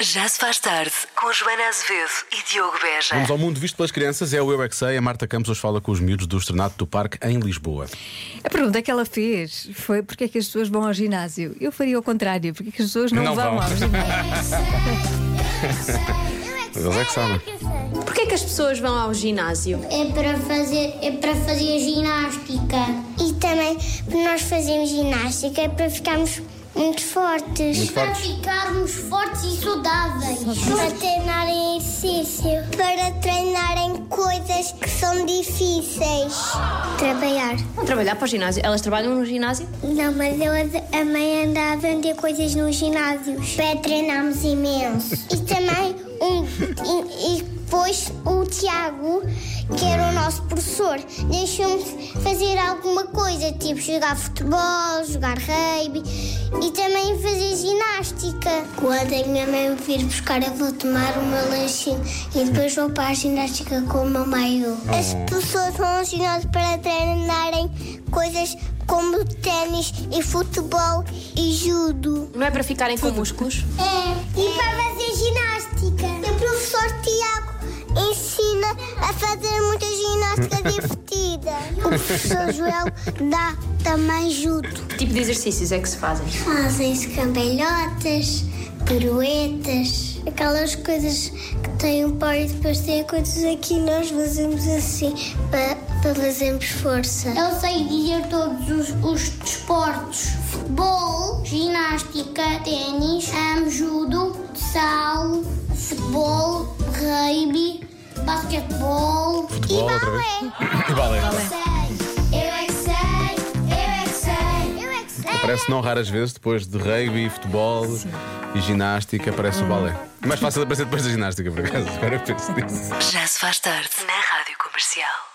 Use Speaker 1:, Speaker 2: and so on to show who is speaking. Speaker 1: Já se faz tarde com Joana Azevedo e Diogo Beja.
Speaker 2: Vamos ao mundo visto pelas crianças. É o Eu é Que Sei. A Marta Campos hoje fala com os miúdos do Estrenato do Parque em Lisboa.
Speaker 3: A pergunta que ela fez foi porque é que as pessoas vão ao ginásio? Eu faria o contrário, porque é que as pessoas não,
Speaker 2: Não
Speaker 3: vão,
Speaker 2: vão.
Speaker 3: ao ginásio?
Speaker 2: Eles é que sabem.
Speaker 4: Porquê é que as pessoas vão ao ginásio?
Speaker 5: É para fazer, é para fazer ginástica. E também nós fazemos ginástica é para ficarmos muito fortes. para ficarmos fortes e saudáveis. Para treinarem exercício. Para treinarem coisas que são difíceis. Trabalhar.
Speaker 4: Vão trabalhar para o ginásio. Elas trabalham no ginásio?
Speaker 5: Não, mas eu a mãe anda a vender coisas nos ginásios. Para treinarmos imenso. e também um, e, e depois o Tiago, que era o nosso professor, deixou-me fazer alguma coisa, tipo jogar futebol, jogar rugby e também fazer ginástica. Quando a minha mãe me vir buscar, eu vou tomar o meu lanchinho e depois vou para a ginástica com o meu maiô. As pessoas vão ao ginásio para treinarem coisas como ténis e futebol e judo.
Speaker 4: Não é para ficarem com músculos?
Speaker 5: É. E para fazer ginástica. O professor Tiago ensina a fazer muita ginástica divertida. O professor Joel dá também judo.
Speaker 4: Que tipo de exercícios é que se fazem?
Speaker 5: Fazem-se cambalhotas, piruetas, aquelas coisas que têm um par e depois têm coisas aqui nós fazemos assim para, para fazermos força. Eu sei dizer todos os, os desportos: futebol, ginástica, ténis, hum, judo, sal, futebol, rugby, basquetebol
Speaker 2: Futebol, outra vez. E balé.
Speaker 5: Eu é que sei, eu é que sei, eu é que sei.
Speaker 2: Parece não raras vezes, depois de rugby, futebol e ginástica, aparece o balé. Mais fácil de aparecer depois da ginástica, por acaso. Agora eu penso nisso.
Speaker 1: Já se faz tarde na Rádio Comercial.